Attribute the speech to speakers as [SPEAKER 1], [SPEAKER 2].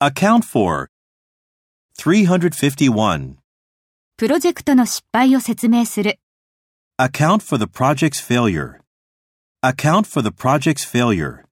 [SPEAKER 1] Account for 351.
[SPEAKER 2] プロジェクトの失敗を説明する。
[SPEAKER 1] Account for the project's failure. Account for the project's failure.